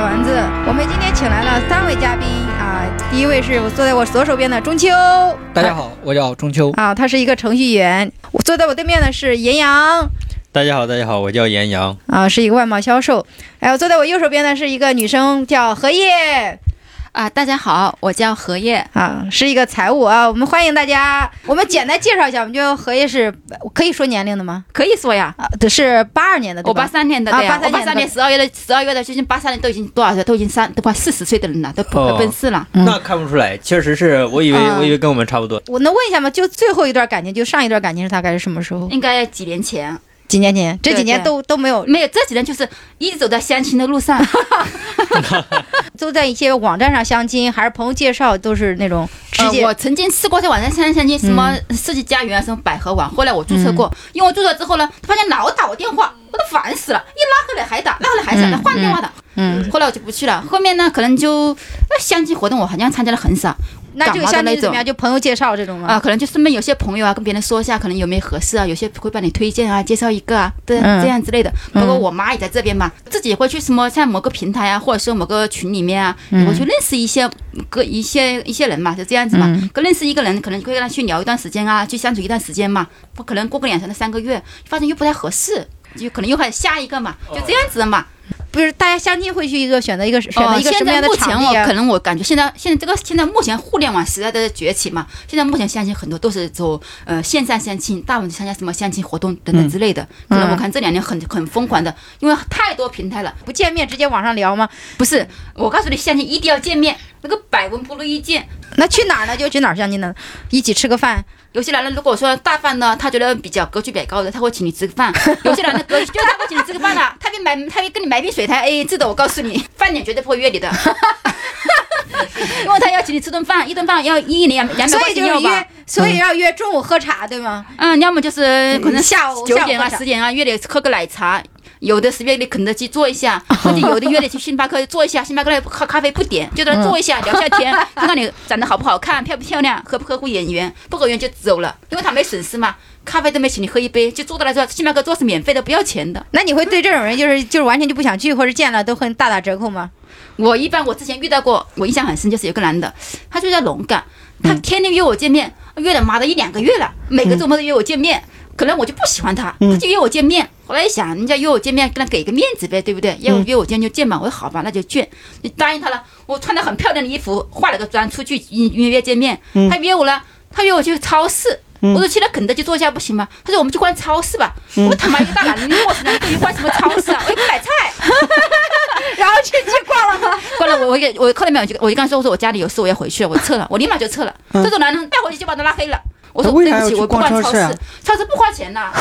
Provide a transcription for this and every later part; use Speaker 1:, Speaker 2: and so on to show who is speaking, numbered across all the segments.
Speaker 1: 丸子。我们今天请来了三位嘉宾啊，第一位是我坐在我左手边的中秋，
Speaker 2: 大家好，我叫中秋。
Speaker 1: 啊，他是一个程序员。我坐在我对面的啊是严阳
Speaker 3: 大家好，大家好，我叫严阳。
Speaker 1: 啊，是一个外贸销售。哎，我坐在我右手边的是一个女生，叫荷叶
Speaker 4: 啊，大家好，我叫荷叶。
Speaker 1: 啊，是一个财务啊。我们欢迎大家，我们简单介绍一下，我们就荷叶是可以说年龄的吗？
Speaker 4: 可以说呀，
Speaker 1: 啊，对是八二年的，对
Speaker 4: 我
Speaker 1: 吧
Speaker 4: 八三年的
Speaker 1: 啊
Speaker 4: 对呀，
Speaker 1: 83
Speaker 4: 我八三
Speaker 1: 年
Speaker 4: 年十二月的十二月的，最近八三年都已经多少岁？都已经三都快四十岁的人了，都快
Speaker 3: 哦
Speaker 4: 奔四了。
Speaker 1: 嗯
Speaker 3: 那看不出来，确实是我以为、
Speaker 1: 啊
Speaker 3: 我以为跟我们差不多。
Speaker 1: 我能问一下吗？就最后一段感情，就上一段感情是大概是什么时候？
Speaker 4: 应该几年前，
Speaker 1: 几年前？这
Speaker 4: 对
Speaker 1: 几年
Speaker 4: 对
Speaker 1: 都都没有
Speaker 4: 没有这几年就是一直走在相亲的路 上。
Speaker 1: 都在一些网站上相亲，还是朋友介绍，都是那种直
Speaker 4: 呃，
Speaker 1: 接。
Speaker 4: 我曾经试过在网站相相亲，什么世纪佳缘啊，什么百合网，后来我注册过，因为我注册之后呢，他发现老打我电话，我都烦死了，一拉黑了还打，拉黑了还打，那换电话打。
Speaker 1: 嗯，
Speaker 4: 后来我就不去了。后面呢，可能就那相亲活动我好像参加的很少。
Speaker 1: 那这个
Speaker 4: 感冒的
Speaker 1: 相亲
Speaker 4: 那
Speaker 1: 是怎么
Speaker 4: 种
Speaker 1: 样？就朋友介绍这种吗？
Speaker 4: 啊，可能就顺便有些朋友啊，跟别人说一下，可能有没有合适啊，有些会帮你推荐啊，介绍一个啊，对，
Speaker 1: 嗯
Speaker 4: 这样之类的。
Speaker 1: 嗯
Speaker 4: 包括我妈也在这边嘛，自己也会去什么像某个平台啊，或者说某个群里面啊，
Speaker 1: 嗯
Speaker 4: 也会去认识一些个一些一些人嘛，就这样子嘛。
Speaker 1: 嗯
Speaker 4: 跟认识一个人，可能会跟他去聊一段时间啊，去相处一段时间嘛，不可能过个两三三个月，发现又不太合适，就可能又换下一个嘛，就这样子的嘛。
Speaker 1: 不是，大家相亲会去一个选择一个选择
Speaker 4: 哦，
Speaker 1: 一个什
Speaker 4: 现
Speaker 1: 么
Speaker 4: 在
Speaker 1: 样的
Speaker 4: 目前
Speaker 1: 场
Speaker 4: 我
Speaker 1: 地啊
Speaker 4: 可？能我感觉现在现在这个现在目前互联网时代的崛起嘛，现在目前相亲很多都是走呃线上相亲，大部分参加什么相亲活动等
Speaker 1: 嗯
Speaker 4: 等之类的。可能我看这两年很很疯狂的，因为太多平台了。
Speaker 1: 不见面直接网上聊吗？
Speaker 4: 不是，我告诉你，相亲一定要见面，那个百闻不如一见。
Speaker 1: 那去哪儿呢？就去哪儿相亲呢？一起吃个饭，
Speaker 4: 有些男人如果说大饭呢，他觉得比较格局比较高的，他会请你吃个 饭；有些男人格局就他会请你吃个饭的，他会买，他会跟你买瓶水，他 AA 制的。我告诉你，饭点绝对不会约 你的，因为他要请你吃顿饭，一顿饭要一两两百
Speaker 1: 所
Speaker 4: 块
Speaker 1: 以
Speaker 4: 钱
Speaker 1: 就
Speaker 4: 要
Speaker 1: 是
Speaker 4: 吧
Speaker 1: 约。，所以要嗯约中午喝茶，对吗？
Speaker 4: 嗯，要么就是可能
Speaker 1: 下午
Speaker 4: 九
Speaker 1: 下午
Speaker 4: 点
Speaker 1: 喝
Speaker 4: 啊、
Speaker 1: 茶
Speaker 4: 十点啊，约你喝个奶茶。有的是约你肯德基坐 一下，或者有的约你去星巴克坐一下，星巴克那喝咖啡不点，就在那坐一下聊下 天，看看你长得好不好看，漂不漂亮，合不合乎眼缘，不合眼缘就走了，因为他没损失嘛，咖啡都没请你喝一杯，就坐到那说星巴克坐是免费的，不要钱的。
Speaker 1: 那你会对这种人就是就是完全就不想去，或者见了都很大打折扣吗？
Speaker 4: 我一般我之前遇到过，我印象很深，就是有个男的，他就在龙岗，他天天约我见面，约了妈的一两个月了，每个周末都约我见面。可能我就不喜欢他，他就约我见面。后来一想，人家约我见面，跟他给个面子呗，对不对？要我约我见就见嘛，我说好吧，那就见。就答应他了，我穿的很漂亮的衣服，化了个妆出去约约约见面。他约我了，他约我去超市。我说去了肯德基坐一下不行吗？他说我们去逛超市吧。我他妈一个大男人，我操，你去逛什么超市啊？我又不买菜。
Speaker 1: 然后去去逛 了吗？
Speaker 4: 后来我我给我后来没有，我就我就跟他说，我说我家里有事，我要回去了，我撤了，我立马就撤了。这种男人带回去就把他拉黑了。我
Speaker 2: 嗯
Speaker 4: 说
Speaker 2: 他为
Speaker 4: 对
Speaker 2: 啥
Speaker 4: 不
Speaker 2: 要
Speaker 4: 起，
Speaker 2: 去
Speaker 4: 我不逛
Speaker 2: 逛
Speaker 4: 超
Speaker 2: 超市啊
Speaker 4: 市，超市不花钱 呐。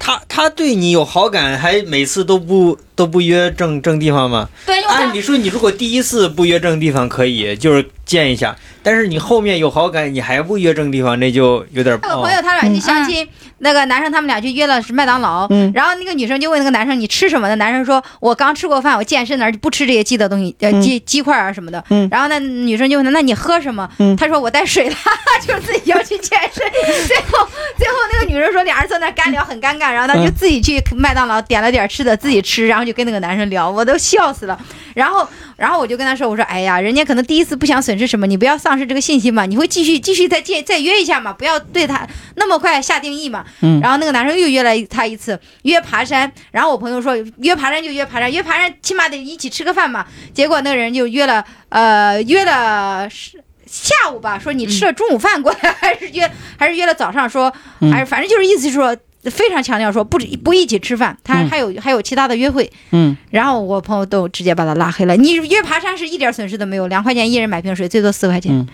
Speaker 3: 他他对你有好感，还每次都不都不约正正地方吗？
Speaker 4: 对，因为
Speaker 3: 按
Speaker 4: 他
Speaker 3: 理说你如果第一次不约正地方可以，就是见一下，但是你后面有好感，你还不约正地方，那就有点
Speaker 1: 那个
Speaker 3: 哦
Speaker 1: 朋友他俩去相亲，那个男生他们俩去约了是麦当劳，然后那个女生就问那个男生你吃什么呢？男生说我刚吃过饭，我健身的，而且不吃这些鸡的东西，呃鸡鸡块啊什么的。然后那女生就问他那你喝什么？他说我带水了， 就是自己要去健身。最后最后那个女生说俩人坐那干聊很尴尬，然后他就自己去麦当劳点了点吃的自己吃，然后就跟那个男生聊，我都笑死了。然后，然后我就跟他说：“我说，哎呀，人家可能第一次不想损失什么，你不要丧失这个信心嘛，你会继续继续再见再约一下嘛，不要对他那么快下定义嘛。”然后那个男生又约了他一次，约爬山。然后我朋友说，约爬山就约爬山，约爬山起码得一起吃个饭嘛。结果那个人就约了，呃，约了是下午吧，说你吃了中午饭过来，还是约还是约了早上说，还是反正就是意思是说。非常强调说不止不一起吃饭，他还有、还有其他的约会，
Speaker 2: 嗯，
Speaker 1: 然后我朋友都直接把他拉黑了。你约爬山是一点损失都没有，两块钱一人买瓶水，最多四块钱，
Speaker 2: 嗯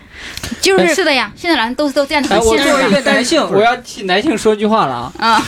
Speaker 1: 就是
Speaker 4: 是的呀，现在男人都是都这样子，
Speaker 2: 哎，
Speaker 4: 很
Speaker 2: 我
Speaker 4: 现
Speaker 2: 作为一
Speaker 4: 实
Speaker 2: 个男性，我要替男性说句话了啊。
Speaker 4: 啊。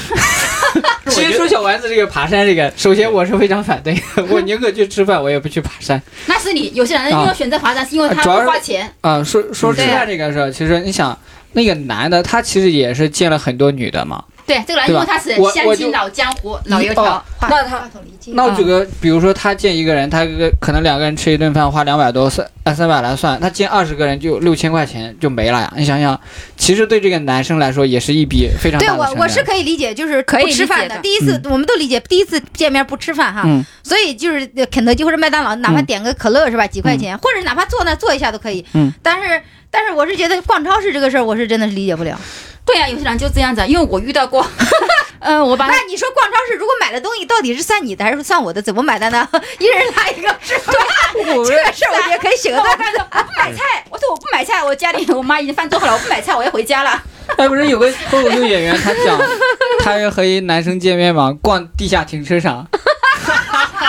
Speaker 2: 其实说小丸子这个爬山这个，首先我是非常反对的， 我宁可去吃饭，我也不去爬山。
Speaker 4: 那是你有些男人因为选择爬山，是因为他
Speaker 2: 啊主要是
Speaker 4: 不花钱。
Speaker 2: 啊，说说吃饭这个事儿，其实你想，那个男的他其实也是见了很多女的嘛，
Speaker 4: 对这个男
Speaker 2: 对
Speaker 4: 因
Speaker 2: 吧
Speaker 4: 为他是
Speaker 2: 我
Speaker 4: 乡
Speaker 2: 我
Speaker 4: 亲
Speaker 2: 就
Speaker 4: 老江湖老油
Speaker 2: 哦
Speaker 4: 条，话
Speaker 2: 那他
Speaker 4: 话筒离
Speaker 3: 嗯
Speaker 4: 近
Speaker 2: 那我举
Speaker 3: 啊
Speaker 2: 个，比如说他见一个人，他个可能两个人吃一顿饭花两百多三呃三百来算，他见二十个人就六千块钱就没了呀。你想想，其实对这个男生来说也是一笔非常大
Speaker 1: 对
Speaker 2: 的
Speaker 1: 我
Speaker 2: 成
Speaker 1: 我
Speaker 2: 本
Speaker 1: 是可以理解，就是
Speaker 4: 可以
Speaker 1: 不吃饭
Speaker 4: 理解的
Speaker 1: 第一次我们都理解，第一次见面不吃饭哈，
Speaker 2: 嗯
Speaker 1: 所以就是肯德基或者麦当劳，哪怕点个可乐是吧，几块钱，或者哪怕坐那儿坐一下都可以。
Speaker 2: 嗯，
Speaker 1: 但是但是我是觉得逛超市这个事儿，我是真的是理解不了。
Speaker 4: 对呀、有些人就这样子，因为我遇 到过，嗯，我把
Speaker 2: 哎
Speaker 1: 那哎你说逛超市，如果买的东西到底是算你的还是算我的？怎么买单呢？一人拉一个，是吧？
Speaker 2: 我
Speaker 1: 这个事儿我觉得可以写个
Speaker 4: 那我
Speaker 1: 段。
Speaker 4: 干我不买菜， 我说我不买菜，我家里我妈已经饭做好了，我不买菜，我要回家 了。
Speaker 2: 哎，不是有个脱口秀演员，他讲他要和一男生见面嘛，逛地下停车场，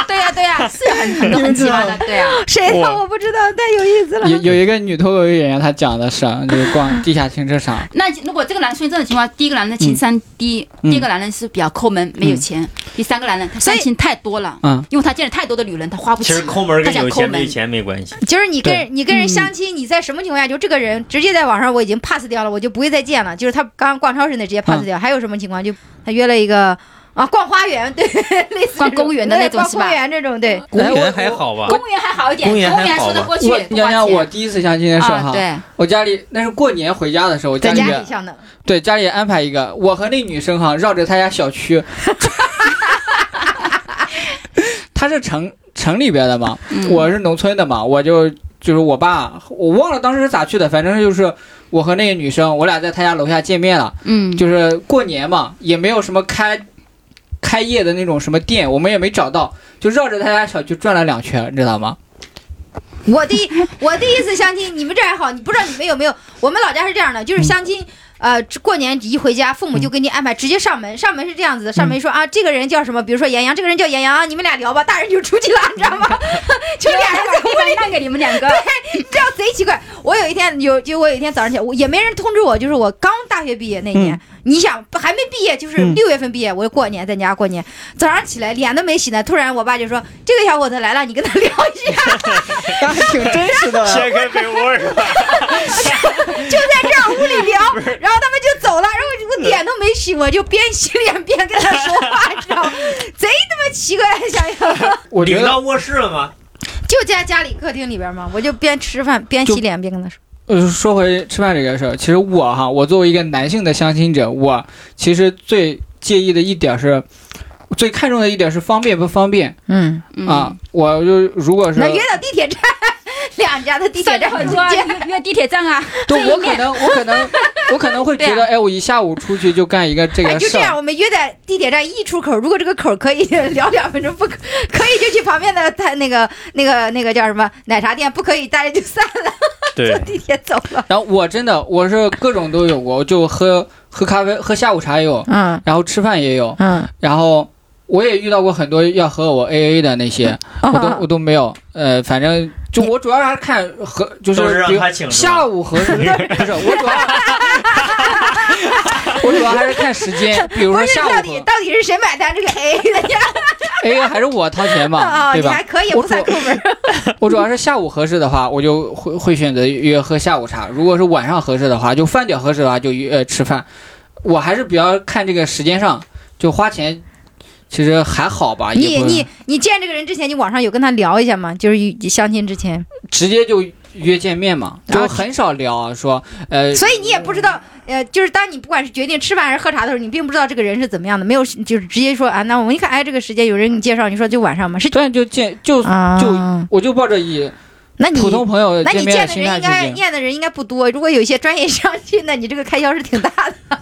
Speaker 4: 对呀、对呀、是很很多很奇葩的，对啊呀、
Speaker 1: 谁的
Speaker 3: 哇
Speaker 1: 我不知道，太有意思了。
Speaker 2: 有有一个女脱口秀演员，她讲的是啊就是逛地下停车场，
Speaker 4: 那如果这个男出现这种情况，第一个男人情商低，
Speaker 2: 嗯
Speaker 4: 第二个男人是比较抠门，没有钱；第三个男人他相亲太多了，
Speaker 2: 嗯，
Speaker 4: 因为他见了太多的女人，他花不起
Speaker 3: 其。实抠门
Speaker 4: 他
Speaker 3: 跟
Speaker 4: 想
Speaker 3: 有
Speaker 4: 抠
Speaker 3: 钱没
Speaker 4: 门，
Speaker 3: 钱没关系。
Speaker 1: 就是你跟
Speaker 2: 对
Speaker 1: 人你跟人相
Speaker 4: 嗯
Speaker 1: 亲，你在什么情况下？就这个人直接在网上我已经 pass 掉了，我就不会再见了。就是他刚刚逛超市那直
Speaker 4: 嗯
Speaker 1: 接 pass 掉。还有什么情况？就他约了一个啊，逛花园，对， 类似这种
Speaker 4: 逛公园的
Speaker 1: 对
Speaker 4: 那种
Speaker 1: 逛
Speaker 4: 是吧
Speaker 1: 公园这种对。
Speaker 3: 公
Speaker 2: 哎我
Speaker 3: 园还好吧？
Speaker 4: 公园还好一点，
Speaker 3: 公
Speaker 4: 公
Speaker 3: 园
Speaker 4: 园
Speaker 3: 还
Speaker 4: 还
Speaker 3: 好
Speaker 4: 说得
Speaker 3: 吧
Speaker 4: 过去，
Speaker 2: 我
Speaker 4: 不
Speaker 2: 你
Speaker 4: 花
Speaker 2: 想想，
Speaker 4: 钱
Speaker 2: 我第一次相亲的时候
Speaker 4: 啊，
Speaker 2: 哈，
Speaker 4: 对，
Speaker 2: 我家里那是过年回家的时候，我
Speaker 1: 在家
Speaker 2: 家
Speaker 1: 里
Speaker 2: 里
Speaker 1: 相的，
Speaker 2: 对家里安排一个，我和那女生哈绕着她家小区， 她是城城里边的嘛，
Speaker 4: 嗯
Speaker 2: 我是农村的嘛，我就就是我爸，我忘了当时是咋去的，反正就是我和那个女生，我俩在她家楼下见面了。
Speaker 4: 嗯，
Speaker 2: 就是过年嘛，也没有什么开开业的那种什么店，我们也没找到，就绕着他家小区转了两圈，你知道吗？
Speaker 1: 我第一 我第一次相亲，你们这还好，你不知道你们有没有？我们老家是这样的，
Speaker 4: 嗯
Speaker 1: 就是相亲，呃，过年一回家，父母就给你安排直接上门，上门是这样
Speaker 4: 嗯
Speaker 1: 子的，上门说啊，这个人叫什么？比如说杨洋，这个人叫杨洋，啊你们俩聊吧，大人就出去了，你知道吗？ 就俩人在屋里
Speaker 4: 让给你们两个，
Speaker 1: 这样贼奇怪。我有一天有就我有一天早上起来，我也没人通知我，就是我刚大学毕业那年，你想不还没毕业，就是
Speaker 2: 嗯
Speaker 1: 六月份毕业，我过年在家过年，早上起来脸都没洗呢，突然我爸就说这个小伙子来了，你跟他聊一下。
Speaker 2: 还挺真实的
Speaker 3: 掀开被窝 是吧？
Speaker 1: 就在这儿屋里聊，然后他们就走了，然后我脸都没洗，我就边洗脸边跟他说话，你知道吗？贼他妈奇怪，想想
Speaker 2: 我觉
Speaker 3: 领
Speaker 2: 得
Speaker 3: 到卧室了吗？
Speaker 1: 就在家里客厅里边嘛，我就边吃饭边洗脸边跟他说。
Speaker 2: 呃，说回吃饭这个事儿，其实我哈，我作为一个男性的相亲者，我其实最介意的一点是。最看重的一点是方便不方便、
Speaker 1: 嗯，
Speaker 4: 嗯
Speaker 2: 啊！我就如果是
Speaker 1: 那约到地铁站， 两家的地铁
Speaker 4: 算
Speaker 1: 站
Speaker 4: 着很
Speaker 1: 之
Speaker 4: 多啊，
Speaker 1: 间。
Speaker 4: 约约地铁站啊，
Speaker 2: 对我可能我可能我可能会觉得，哎，我一下午出去就干一个这
Speaker 1: 哎，
Speaker 2: 个
Speaker 1: 就
Speaker 2: 事
Speaker 1: 这样，
Speaker 2: 儿，
Speaker 1: 我们约在地铁站一出口，如果这个口可以聊两分钟，不可可以就去旁边的他那个那个那个叫什么奶茶店，不可以大家就散了，坐
Speaker 3: 对，
Speaker 1: 地铁走了。
Speaker 2: 然后我真的我是各种都有过，我就喝喝咖啡、喝下午茶也有，
Speaker 1: 嗯
Speaker 2: 然后吃饭也有，
Speaker 1: 嗯，
Speaker 2: 然后我也遇到过很多要和我 A A 的那些，
Speaker 1: 哦
Speaker 2: 我都我都没有。呃，反正就我主要还是看和就
Speaker 3: 都是
Speaker 2: 是
Speaker 3: 让
Speaker 2: 比如
Speaker 3: 他请是吧
Speaker 2: 下午和不是我主要 我主要还是看时间，比如
Speaker 1: 不
Speaker 2: 说
Speaker 1: 是
Speaker 2: 下午
Speaker 1: 到底
Speaker 2: 和
Speaker 1: 到底是谁买单这个 A 的呀？
Speaker 2: A A 还是我掏钱 嘛，
Speaker 1: 啊，
Speaker 2: 对
Speaker 1: 你
Speaker 2: 吧
Speaker 1: 还？可以
Speaker 2: 我
Speaker 1: 不算
Speaker 2: 主
Speaker 1: 抠门儿。
Speaker 2: 我主要是下午合适的话，我就会会选择约喝下午茶；如果是晚上合适的话，就饭点合适的话就约、呃、吃饭。我还是比较看这个时间上，就花钱其实还好吧。啊也
Speaker 1: 你
Speaker 2: 不
Speaker 1: 你你见这个人之前，你网上有跟他聊一下吗？就是与相亲之前，
Speaker 2: 直接就约见面嘛，
Speaker 1: 然后
Speaker 2: 就很少聊啊，说呃，
Speaker 1: 所以你也不知道，呃，就是当你不管是决定吃饭还是喝茶的时候，你并不知道这个人是怎么样的，没有就是直接说啊，那我们一看，哎，这个时间有人给你介绍，你说就晚上嘛，是
Speaker 2: 突然就见就
Speaker 1: 啊，
Speaker 2: 就我就抱着以
Speaker 1: 那你
Speaker 2: 普通朋友
Speaker 1: 那你
Speaker 2: 见面
Speaker 1: 见
Speaker 2: 的
Speaker 1: 的
Speaker 2: 心
Speaker 1: 人
Speaker 2: 态
Speaker 1: 应
Speaker 2: 去
Speaker 1: 该
Speaker 2: 见。
Speaker 1: 见的人应该不多，如果有一些专业相亲的，你这个开销是 挺大的。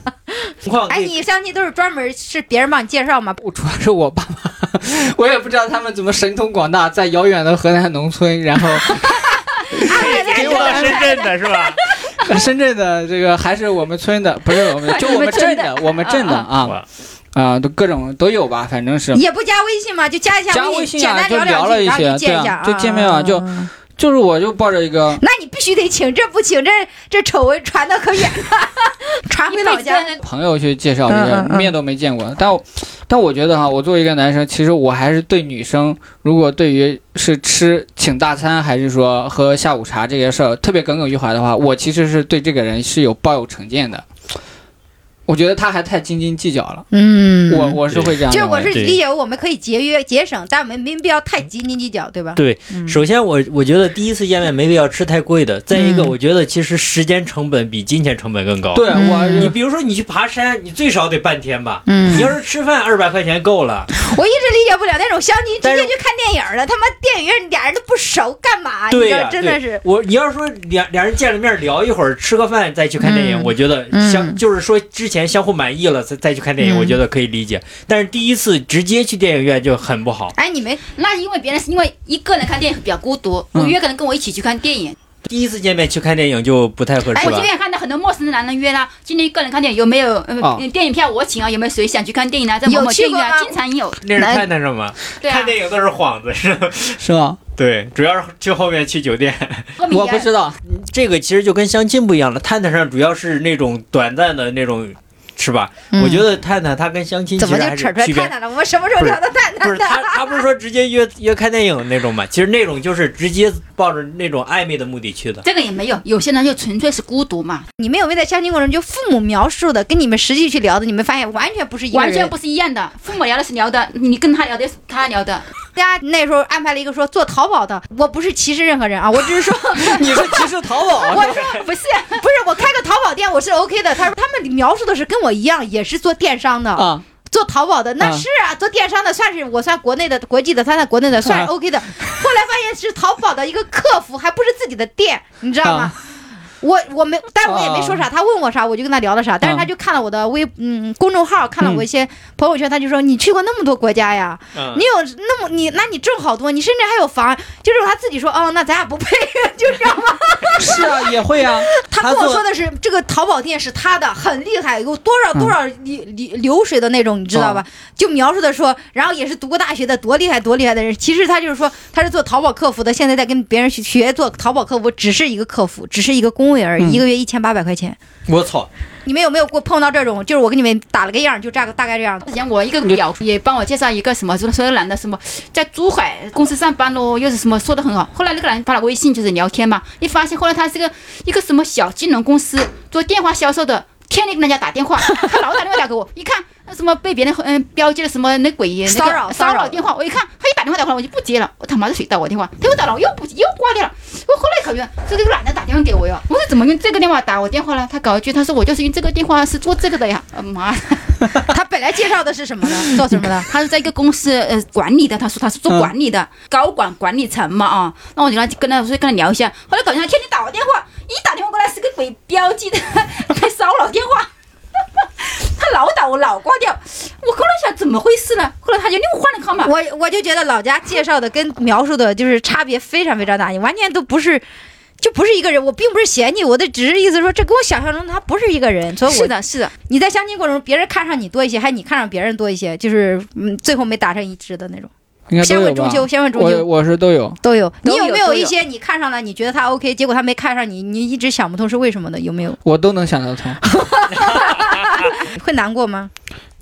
Speaker 3: 情况
Speaker 1: 哎，你相亲都是专门是别人帮你介绍吗？
Speaker 2: 我主要是我爸妈， 我也不知道他们怎么神通广大，在遥远的河南农村，然后
Speaker 3: 哎 给我到深圳的是吧？
Speaker 2: 深圳的这个还是我们村的，不是我们，就
Speaker 4: 你
Speaker 2: 我
Speaker 4: 们
Speaker 2: 们镇
Speaker 4: 镇
Speaker 2: 的，我们镇的啊
Speaker 3: 哇
Speaker 2: 啊，都各种都有吧，反正是
Speaker 1: 也不加微信吗？就加一下
Speaker 2: 加
Speaker 1: 微简
Speaker 2: 微信
Speaker 1: 单
Speaker 2: 啊，就
Speaker 1: 两
Speaker 2: 聊了
Speaker 1: 句，
Speaker 2: 一
Speaker 1: 然后就
Speaker 2: 些，对
Speaker 1: 见一下
Speaker 2: 啊，，就见面啊，就就是我就抱着一个
Speaker 1: 那你必须得请，这不请这这丑闻传的可远了，传回
Speaker 4: 一
Speaker 1: 啊老
Speaker 4: 辈子
Speaker 1: 家。
Speaker 2: 朋友去介绍这
Speaker 1: 嗯嗯
Speaker 2: 个，
Speaker 1: 嗯
Speaker 2: 面都没见过。但我但我觉得哈，我作为一个男生，其实我还是对女生，如果对于是吃请大餐还是说喝下午茶这些事儿特别耿耿于怀的话，我其实是对这个人是有抱有成见的。我觉得他还太斤斤计较了，
Speaker 1: 嗯，
Speaker 2: 我我是会这样认为。
Speaker 1: 就是我是
Speaker 3: 对
Speaker 1: 理解为我们可以节约节省，但我们没必要太斤斤计较，对吧？
Speaker 3: 对
Speaker 1: 嗯
Speaker 3: 首先我，我觉得第一次见面没必要吃太贵的。再一个，
Speaker 1: 嗯
Speaker 3: 我觉得其实时间成本比金钱成本更高。
Speaker 2: 对
Speaker 1: 嗯
Speaker 2: 我
Speaker 3: 你比如说你去爬山，你最少得半天吧。
Speaker 1: 嗯
Speaker 3: 你要是吃饭二百块钱够了，
Speaker 1: 我一直理解不了那种相亲直
Speaker 3: 但
Speaker 1: 接
Speaker 3: 是
Speaker 1: 去看电影的，他妈电影院俩人都不熟，干嘛？
Speaker 3: 对
Speaker 1: 你知
Speaker 3: 呀、
Speaker 1: 道真的是
Speaker 3: 对我。你要是说俩俩人见了面聊一会儿，吃个饭再去看电影，
Speaker 1: 嗯
Speaker 3: 我觉得
Speaker 1: 嗯
Speaker 3: 相、就是说之前相互满意了再再去看电影，
Speaker 1: 嗯
Speaker 3: 我觉得可以理解。但是第一次直接去电影院就很不好。
Speaker 1: 哎，你们
Speaker 4: 那因为别人是因为一个人看电影比较孤独，
Speaker 2: 嗯
Speaker 4: 我约个人跟我一起去看电影。
Speaker 3: 第一次见面去看电影就不太合
Speaker 4: 哎，
Speaker 3: 适
Speaker 4: 我
Speaker 3: 了
Speaker 4: 这。边也看到很多陌生的男人约啦，今天一个人看电影有没有？呃
Speaker 2: 哦
Speaker 4: 电影票我请啊，有没有谁想去看电影啊？在某
Speaker 1: 有
Speaker 4: 某
Speaker 1: 去
Speaker 4: 电影
Speaker 1: 过
Speaker 4: 院
Speaker 1: 吗
Speaker 4: 经常有，
Speaker 3: 那是看那什么，
Speaker 4: 对啊
Speaker 3: 看，电影都是幌子，是吧
Speaker 2: 是吗？
Speaker 3: 对，主要是去后面去酒店。
Speaker 4: 过敏啊
Speaker 2: 我不
Speaker 4: 源
Speaker 2: 知道，
Speaker 3: 这个其实就跟相亲不一样了，探探上主要是那种短暂的那种，是吧？我觉得探探它跟相亲其
Speaker 1: 嗯怎
Speaker 3: 实
Speaker 1: 么就
Speaker 3: 还是
Speaker 1: 扯出来
Speaker 3: 区别
Speaker 1: 探。探了？我们什么时候聊到探
Speaker 3: 不
Speaker 1: 探
Speaker 3: 是他，
Speaker 1: 的？
Speaker 3: 他不是说直接约约看电影那种嘛？其实那种就是直接抱着那种暧昧的目的去的。
Speaker 4: 这个也没有，有些人就纯粹是孤独嘛，
Speaker 1: 你们有没有在相亲过程中，就父母描述的跟你们实际去聊的，你们发现完全不是一个人？
Speaker 4: 完全不是一样的。父母聊的是聊的，你跟他聊的是他聊的，
Speaker 1: 大家那时候安排了一个说做淘宝的，我不 是歧视任何人啊，我只是说
Speaker 2: 你是歧视淘宝啊？
Speaker 1: 我说
Speaker 4: 不是
Speaker 1: 不是我开个淘宝店我是 OK 的。他说他们描述的是跟我一样，也是做电商的，
Speaker 2: 啊，
Speaker 1: 做淘宝的那
Speaker 2: 啊
Speaker 1: 是啊，做电商的算是我算国内的、国际的，他算国内的算
Speaker 2: 啊
Speaker 1: 是 OK 的。后来发现是淘宝的一个客服，还不是自己的店，你知道吗？我我没，但是我也没说啥，他问我啥，我就跟他聊了啥。但是他就看了我的微嗯公众号，看了我一些朋友圈，他就说你去过那么多国家呀，
Speaker 3: 嗯
Speaker 1: 你，有那么你那你挣好多，你甚至还有房，就是他自己说哦，那咱俩不配， 就是这样吗？
Speaker 2: 是啊，也会啊，
Speaker 1: 他
Speaker 3: 他
Speaker 1: 跟我
Speaker 3: 做
Speaker 1: 说的是这个淘宝店是他的，很厉害，有多少
Speaker 2: 嗯
Speaker 1: 多少流流流水的那种，你知道吧？就描述的说，然后也是读过大学的，多厉害多厉害的人。其实他就是说他是做淘宝客服的，现在在跟别人去学做淘宝客服，只是一个客服，只是一个工位而已，
Speaker 2: 嗯
Speaker 1: 一个月一千八百块钱。
Speaker 3: 我操，
Speaker 1: 你们有没有过碰到这种？就是我给你们打了个样，就这个大概这样的。
Speaker 4: 之前我一个表也帮我介绍一个什么，说说男的什么在珠海公司上班喽，又是什么说的很好。后来那个人发了微信就是聊天嘛，一发现后来他是个一个什么小金融公司做电话销售的，天天跟人家打电话，他老打电话打给我，一看那什么被别人嗯标记了什么那鬼那个
Speaker 1: 骚扰
Speaker 4: 骚
Speaker 1: 骚扰
Speaker 4: 扰电话，我一看他一打电话打过来我就不接了，我他妈是谁打我电话？他又打了，我又不接又挂掉了。我后来考虑了，是这个男的打电话给我哟，我说怎么用这个电话打我电话了？他搞一句，他说我就是用这个电话是做这个的呀，啊妈的。
Speaker 1: 他本来介绍的是什么呢？做什么的？
Speaker 4: 他是在一个公司呃管理的，他说他是做管理的，高管管理层嘛啊。那我就跟他跟他说跟他聊一下，后来搞笑，他天天打我电话，一打电话过来是个鬼标记的 开骚扰电话， 他老打我老挂掉。我后来想怎么回事呢？后来他就又换了 个号码，
Speaker 1: 我我就觉得老家介绍的跟描述的就是差别非常非常大，你完全都不是，就不是一个人。我并不是嫌弃，我的只是意思说，这跟我想象中的他不是一个 人。所以我
Speaker 4: 是的，是的，
Speaker 1: 你在相亲过程中，别人看上你多一些，还你看上别人多一些，就是嗯，最后没达成一致的那种。
Speaker 2: 应该
Speaker 1: 先
Speaker 2: 都有
Speaker 1: 问嗯中
Speaker 2: 吧？
Speaker 1: 秋，先问中
Speaker 2: 我
Speaker 1: 秋。
Speaker 2: 我是都有，
Speaker 1: 都有，你
Speaker 4: 都有
Speaker 1: 有没
Speaker 4: 都有
Speaker 1: 一些你看上了，你觉得他 OK，结果他没看上你，你一直想不通是为什么的？有没有
Speaker 2: 我都能想得通。
Speaker 1: 会难过吗？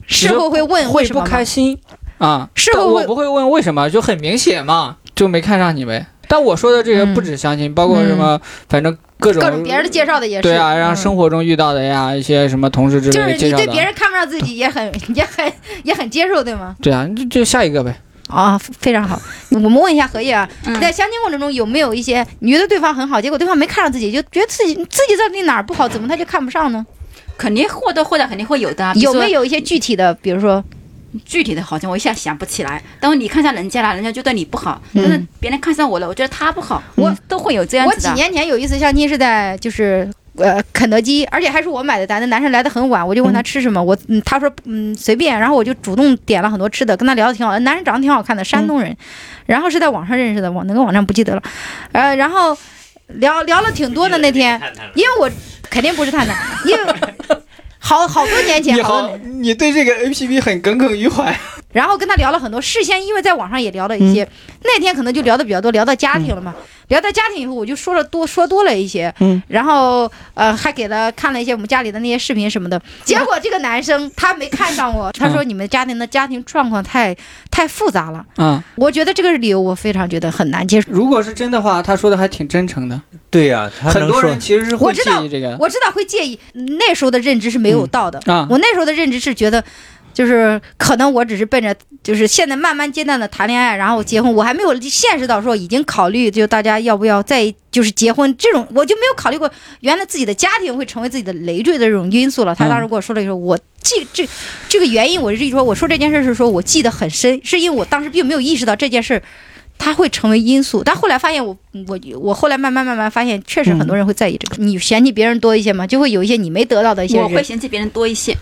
Speaker 2: 说
Speaker 1: 事后会问为
Speaker 2: 会
Speaker 1: 什么
Speaker 2: 不
Speaker 1: 吗
Speaker 2: 开心啊？
Speaker 1: 事
Speaker 2: 但
Speaker 1: 后
Speaker 2: 我
Speaker 1: 会
Speaker 2: 不会问为什么，就很明显嘛，就没看上你呗。但我说的这个不止相亲，包括什么，反正各种
Speaker 1: 嗯各种别人介绍的也是
Speaker 2: 对啊，然后
Speaker 1: 嗯
Speaker 2: 生活中遇到的呀，一些什么同事之
Speaker 1: 就
Speaker 2: 类
Speaker 1: 是
Speaker 2: 的介
Speaker 1: 你
Speaker 2: 绍
Speaker 1: 对
Speaker 2: 的，
Speaker 1: 别人看不上自己也很也很也很接受，对吗？
Speaker 2: 对啊，就就下一个呗。
Speaker 1: 啊、非常好。我们问一下荷叶啊，
Speaker 4: 嗯
Speaker 1: 在相亲过程中有没有一些你觉得对方很好，结果对方没看上自己，就觉得自己自己到底哪儿不好，怎么他就看不上呢？
Speaker 4: 肯定或多或少肯定会有的啊。
Speaker 1: 有没
Speaker 4: 有
Speaker 1: 有一些具体的，比如说，
Speaker 4: 具体的？好像我一下想不起来。但是你看上人家了，人家就对你不好；但是别人看上我了，我觉得他不好，我都会有这样
Speaker 1: 我
Speaker 4: 子
Speaker 1: 几
Speaker 4: 的。啊
Speaker 1: 年前有一次相亲是在就是。呃，肯德基，而且还是我买的单。那男生来的很晚，我就问他吃什么，我嗯，他说嗯随便，然后我就主动点了很多吃的，跟他聊的挺好。男生长得挺好看的，山东人，然后是在网上认识的，网那个网站不记得了，呃，然后聊聊了挺多的那天，
Speaker 3: 探探了
Speaker 1: 因为我肯定不是探探，因为好好多年前，好多年，
Speaker 2: 你对这个 A P P 很耿耿于怀。
Speaker 1: 然后跟他聊了很多，事先因为在网上也聊了一些，那天可能就聊的比较多，聊到家庭了嘛，聊到家庭以后，我就说了多说多了一些，
Speaker 2: 嗯，
Speaker 1: 然后呃还给他看了一些我们家里的那些视频什么的，结果这个男生他没看上我，他说你们家庭的家庭状况太太复杂了，
Speaker 2: 啊，
Speaker 1: 我觉得这个理由我非常觉得很难接受。
Speaker 2: 如果是真的话，他说的还挺真诚的。
Speaker 3: 对呀、他
Speaker 2: 很
Speaker 3: 能
Speaker 2: 多
Speaker 3: 说
Speaker 2: 人其实是
Speaker 1: 我
Speaker 2: 会
Speaker 1: 知
Speaker 2: 介
Speaker 1: 道
Speaker 2: 意这个
Speaker 1: 我知道会介意，那时候的认知是没有到的。
Speaker 2: 啊。
Speaker 1: 我那时候的认知是觉得，就是可能我只是奔着就是现在慢慢阶段的谈恋爱，然后结婚，我还没有现识到说已经考虑就大家要不要再就是结婚这种，我就没有考虑过原来自己的家庭会成为自己的累赘的这种因素了。他当时跟我说了一个，我记这这个原因，我是说我说这件事是说我记得很深，是因为我当时并没有意识到这件事。它会成为因素，但后来发现我我我后来慢慢慢慢发现，确实很多人会在意这个。你嫌弃别人多一些吗？就会有一些你没得到的一些
Speaker 4: 我会
Speaker 1: 人，
Speaker 4: 嫌弃别人多一些，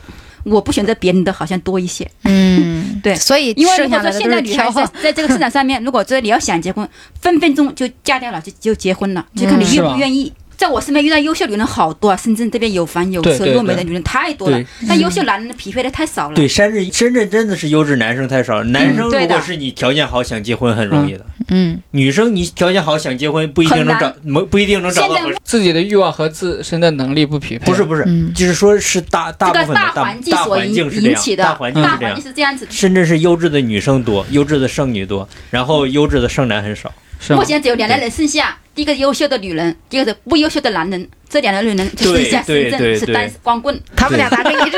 Speaker 4: 我不选择别人的好像多一些，
Speaker 1: 嗯，
Speaker 4: 对
Speaker 1: 所以
Speaker 4: 因为如
Speaker 1: 剩
Speaker 4: 果
Speaker 1: 下来
Speaker 4: 说
Speaker 1: 的都
Speaker 4: 现在
Speaker 1: 是
Speaker 4: 女孩
Speaker 1: 挑
Speaker 4: 子在在这个市场上 面，如果说你要想结婚，分分钟就嫁掉了就就结婚了，就看
Speaker 1: 嗯
Speaker 4: 你
Speaker 2: 是
Speaker 4: 愿
Speaker 2: 吧
Speaker 4: 不愿意。在我身边遇到优秀的女人好多啊，深圳这边有房有
Speaker 2: 对
Speaker 4: 车、
Speaker 2: 对
Speaker 4: 落美
Speaker 2: 对
Speaker 4: 的女人太多了
Speaker 3: 对，
Speaker 4: 但优秀男人的匹配的太少了。
Speaker 3: 对，深圳深圳真的是优质男生太少了。男生
Speaker 4: 对
Speaker 3: 如
Speaker 4: 的
Speaker 3: 果是你条件好想结婚很容易的，
Speaker 1: 嗯，
Speaker 3: 女生你条件好想结婚不一定能
Speaker 4: 很
Speaker 3: 找，没不一定能找到
Speaker 4: 现在
Speaker 3: 合适。
Speaker 2: 自己的欲望和自身的能力不匹配，
Speaker 3: 不是不是，
Speaker 1: 嗯
Speaker 3: 就是说是大大
Speaker 4: 这
Speaker 3: 部分的
Speaker 4: 个大
Speaker 3: 大
Speaker 4: 环境所
Speaker 3: 环
Speaker 4: 引
Speaker 3: 境是这
Speaker 4: 引
Speaker 3: 样
Speaker 4: 起的，
Speaker 3: 大环境
Speaker 4: 大
Speaker 1: 嗯
Speaker 3: 是这
Speaker 4: 环
Speaker 3: 样
Speaker 4: 境。是这样子的。
Speaker 3: 深圳是优质的女生多，优质的剩女多，然后优质的剩男很少。
Speaker 2: 是吗
Speaker 4: 目？前只有两类人剩下，第一个优秀的女人，第二个不优秀的男人，这两类女人就剩下
Speaker 3: 对
Speaker 4: 深
Speaker 3: 对对
Speaker 4: 圳是
Speaker 3: 对
Speaker 4: 单光棍。
Speaker 1: 他们俩达成一致。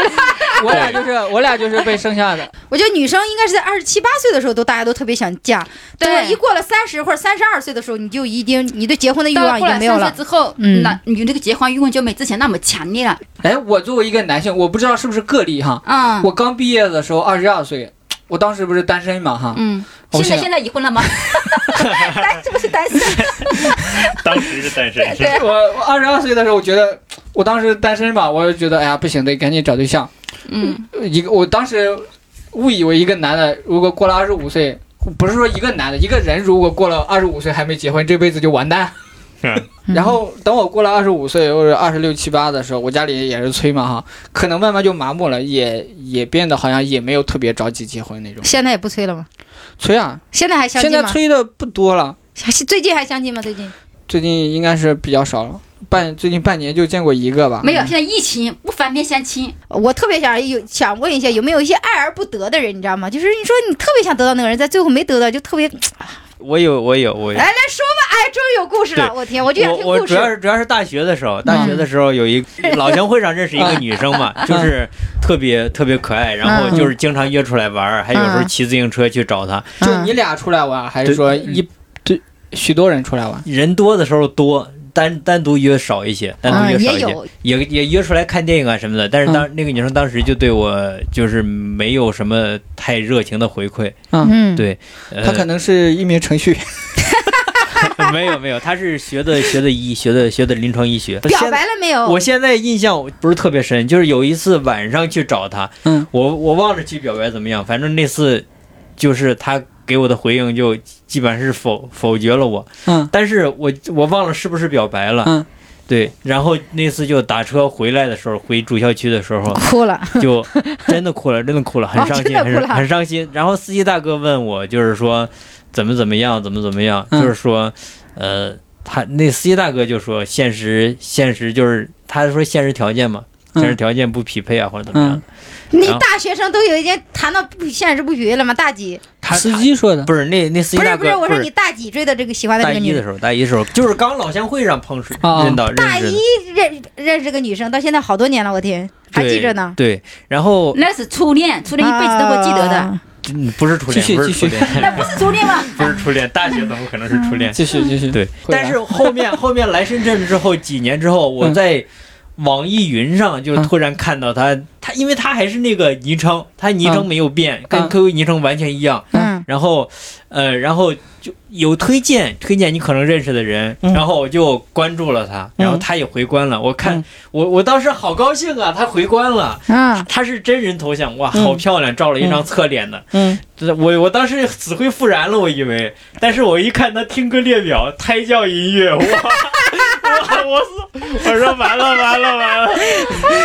Speaker 2: 我俩就是我俩就是被生下的，
Speaker 1: 我觉得女生应该是在二十七八岁的时候都大家都特别想嫁，
Speaker 4: 对
Speaker 1: 等一过了三十或者三十二岁的时候，你就已经你对结婚的欲
Speaker 4: 到了
Speaker 1: 望已
Speaker 4: 后
Speaker 1: 经
Speaker 4: 来
Speaker 1: 没有
Speaker 4: 三十
Speaker 1: 了。
Speaker 4: 之后，
Speaker 1: 嗯
Speaker 4: 那你那个结婚欲望就没之前那么强烈了。
Speaker 2: 哎，我作为一个男性，我不知道是不是个例哈。
Speaker 4: 嗯，
Speaker 2: 我刚毕业的时候二十二岁，我当时不是单身嘛哈。
Speaker 4: 嗯，
Speaker 2: 我
Speaker 4: 现在
Speaker 2: 想
Speaker 4: 现在已婚 了吗？单是不是单身？
Speaker 3: 当时是单身，
Speaker 4: 对
Speaker 2: 我我二十二岁的时候，我觉得我当时单身嘛，我就觉得哎呀不行，得赶紧找对象。
Speaker 4: 嗯，
Speaker 2: 一个我当时误以为一个男的如果过了二十五岁，不是说一个男的，一个人如果过了二十五岁还没结婚，这辈子就完蛋。
Speaker 3: 啊
Speaker 2: 然后等我过了二十五岁或者二十六七八的时候，我家里也是催嘛哈，可能慢慢就麻木了，也也变得好像也没有特别着急结婚那种。
Speaker 1: 现在也不催了吗？
Speaker 2: 催啊，
Speaker 1: 现在还相
Speaker 2: 现
Speaker 1: 亲
Speaker 2: 在
Speaker 1: 吗？
Speaker 2: 催的不多了，
Speaker 1: 还是最近还相亲吗？最近
Speaker 2: 最近应该是比较少了，半最近半年就见过一个吧。
Speaker 4: 没有，现在疫情不方便相亲。
Speaker 1: 我特别想有想问一下，有没有一些爱而不得的人？你知道吗？就是你说你特别想得到那个人，在最后没得到，就特别
Speaker 3: 我有我有我有
Speaker 1: 哎。来说吧，哎，终于有故事了！我天，我就想听
Speaker 3: 我我
Speaker 1: 故
Speaker 3: 主要
Speaker 1: 事。
Speaker 3: 是主要是大学的时候，大学的时候有一个老乡会上认识一个女生嘛，
Speaker 4: 嗯
Speaker 3: 就是特别特别可爱，然后就是经常约出来玩
Speaker 4: 嗯
Speaker 3: 儿，还有时候骑自行车去找她。
Speaker 2: 就你俩出来玩，还是
Speaker 3: 对
Speaker 2: 说一对许多人出来玩？
Speaker 3: 人多的时候多，单单独约少一些，单独
Speaker 1: 嗯，
Speaker 3: 约少
Speaker 1: 也
Speaker 3: 一些。
Speaker 1: 有，
Speaker 3: 也也约出来看电影啊什么的，但是当、
Speaker 2: 嗯
Speaker 3: 那个女生当时就对我就是没有什么太热情的回馈，
Speaker 1: 嗯，
Speaker 3: 对呃、
Speaker 2: 他可能是一名程序员，
Speaker 3: 没有没有，她是学的学的医学的学的临床医学。
Speaker 1: 表
Speaker 3: 现在
Speaker 1: 白了哦没有？
Speaker 3: 我现在印象不是特别深，就是有一次晚上去找她，
Speaker 2: 嗯，
Speaker 3: 我我忘了去表白怎么样，反正那次就是她给我的回应就基本上是否否决了我，
Speaker 2: 嗯，
Speaker 3: 但是我我忘了是不是表白了，
Speaker 2: 嗯，
Speaker 3: 对，然后那次就打车回来的时候，回主校区的时候，
Speaker 1: 哭了，
Speaker 3: 就真的哭了，真的哭了，很
Speaker 1: 哦
Speaker 3: 伤
Speaker 1: 真
Speaker 3: 心，
Speaker 1: 的哭
Speaker 3: 很
Speaker 1: 了
Speaker 3: 很伤心。然后司机大哥问我，就是说怎么怎么样，怎么怎么样，
Speaker 2: 嗯
Speaker 3: 就是说，呃，他那司机大哥就说，现实现实就是他说现实条件嘛，现实
Speaker 2: 嗯
Speaker 3: 条件不匹配啊，或者怎么样
Speaker 2: 嗯。
Speaker 1: 你大学生都有一天谈到不现实不许了吗？大几？
Speaker 3: 他
Speaker 2: 司
Speaker 3: 他
Speaker 2: 机说的。
Speaker 3: 不是那那司机
Speaker 1: 不
Speaker 3: 大
Speaker 1: 是不是，
Speaker 3: 哥
Speaker 1: 我说你大几追的这个喜欢的
Speaker 3: 大
Speaker 1: 这个
Speaker 3: 一
Speaker 1: 女
Speaker 3: 的
Speaker 1: 人？
Speaker 3: 时候，大一的时候就是刚老乡会上碰识
Speaker 2: 啊啊
Speaker 3: 认到认
Speaker 1: 大
Speaker 3: 识的
Speaker 1: 一认认识个女生，到现在好多年了，我天，还记着呢。
Speaker 3: 对，然后
Speaker 4: 那是初恋，初恋一辈子都会记得的。
Speaker 1: 啊。
Speaker 3: 嗯不是初
Speaker 2: 继续
Speaker 3: 恋，不是
Speaker 2: 继
Speaker 3: 初
Speaker 2: 续
Speaker 4: 那
Speaker 3: 恋，
Speaker 4: 不是初恋吗？
Speaker 3: 不是初恋，大学怎么可能是初恋？
Speaker 2: 继续继续，
Speaker 3: 对，
Speaker 2: 会啊嗯吧
Speaker 3: 但是后面后面来深圳之后，几年之后，我在网易云上
Speaker 2: 嗯
Speaker 3: 就突然看到他，他因为他还是那个昵称，他昵称没有变，
Speaker 2: 啊
Speaker 3: 跟 QQ 昵称完全一样。
Speaker 1: 嗯，
Speaker 3: 然后，呃，然后就有推荐，推荐你可能认识的人，
Speaker 2: 嗯
Speaker 3: 然后我就关注了他，然后他也回关了。我看、
Speaker 2: 嗯
Speaker 3: 我我当时好高兴啊，他回关了，
Speaker 1: 嗯，
Speaker 3: 他是真人头像，哇，
Speaker 2: 嗯
Speaker 3: 好漂亮，照了一张侧脸的。
Speaker 2: 嗯，
Speaker 3: 这我我当时死灰复燃了，我以为，但是我一看他听歌列表，胎教音乐，哇， 哇我是我说完了完了完了，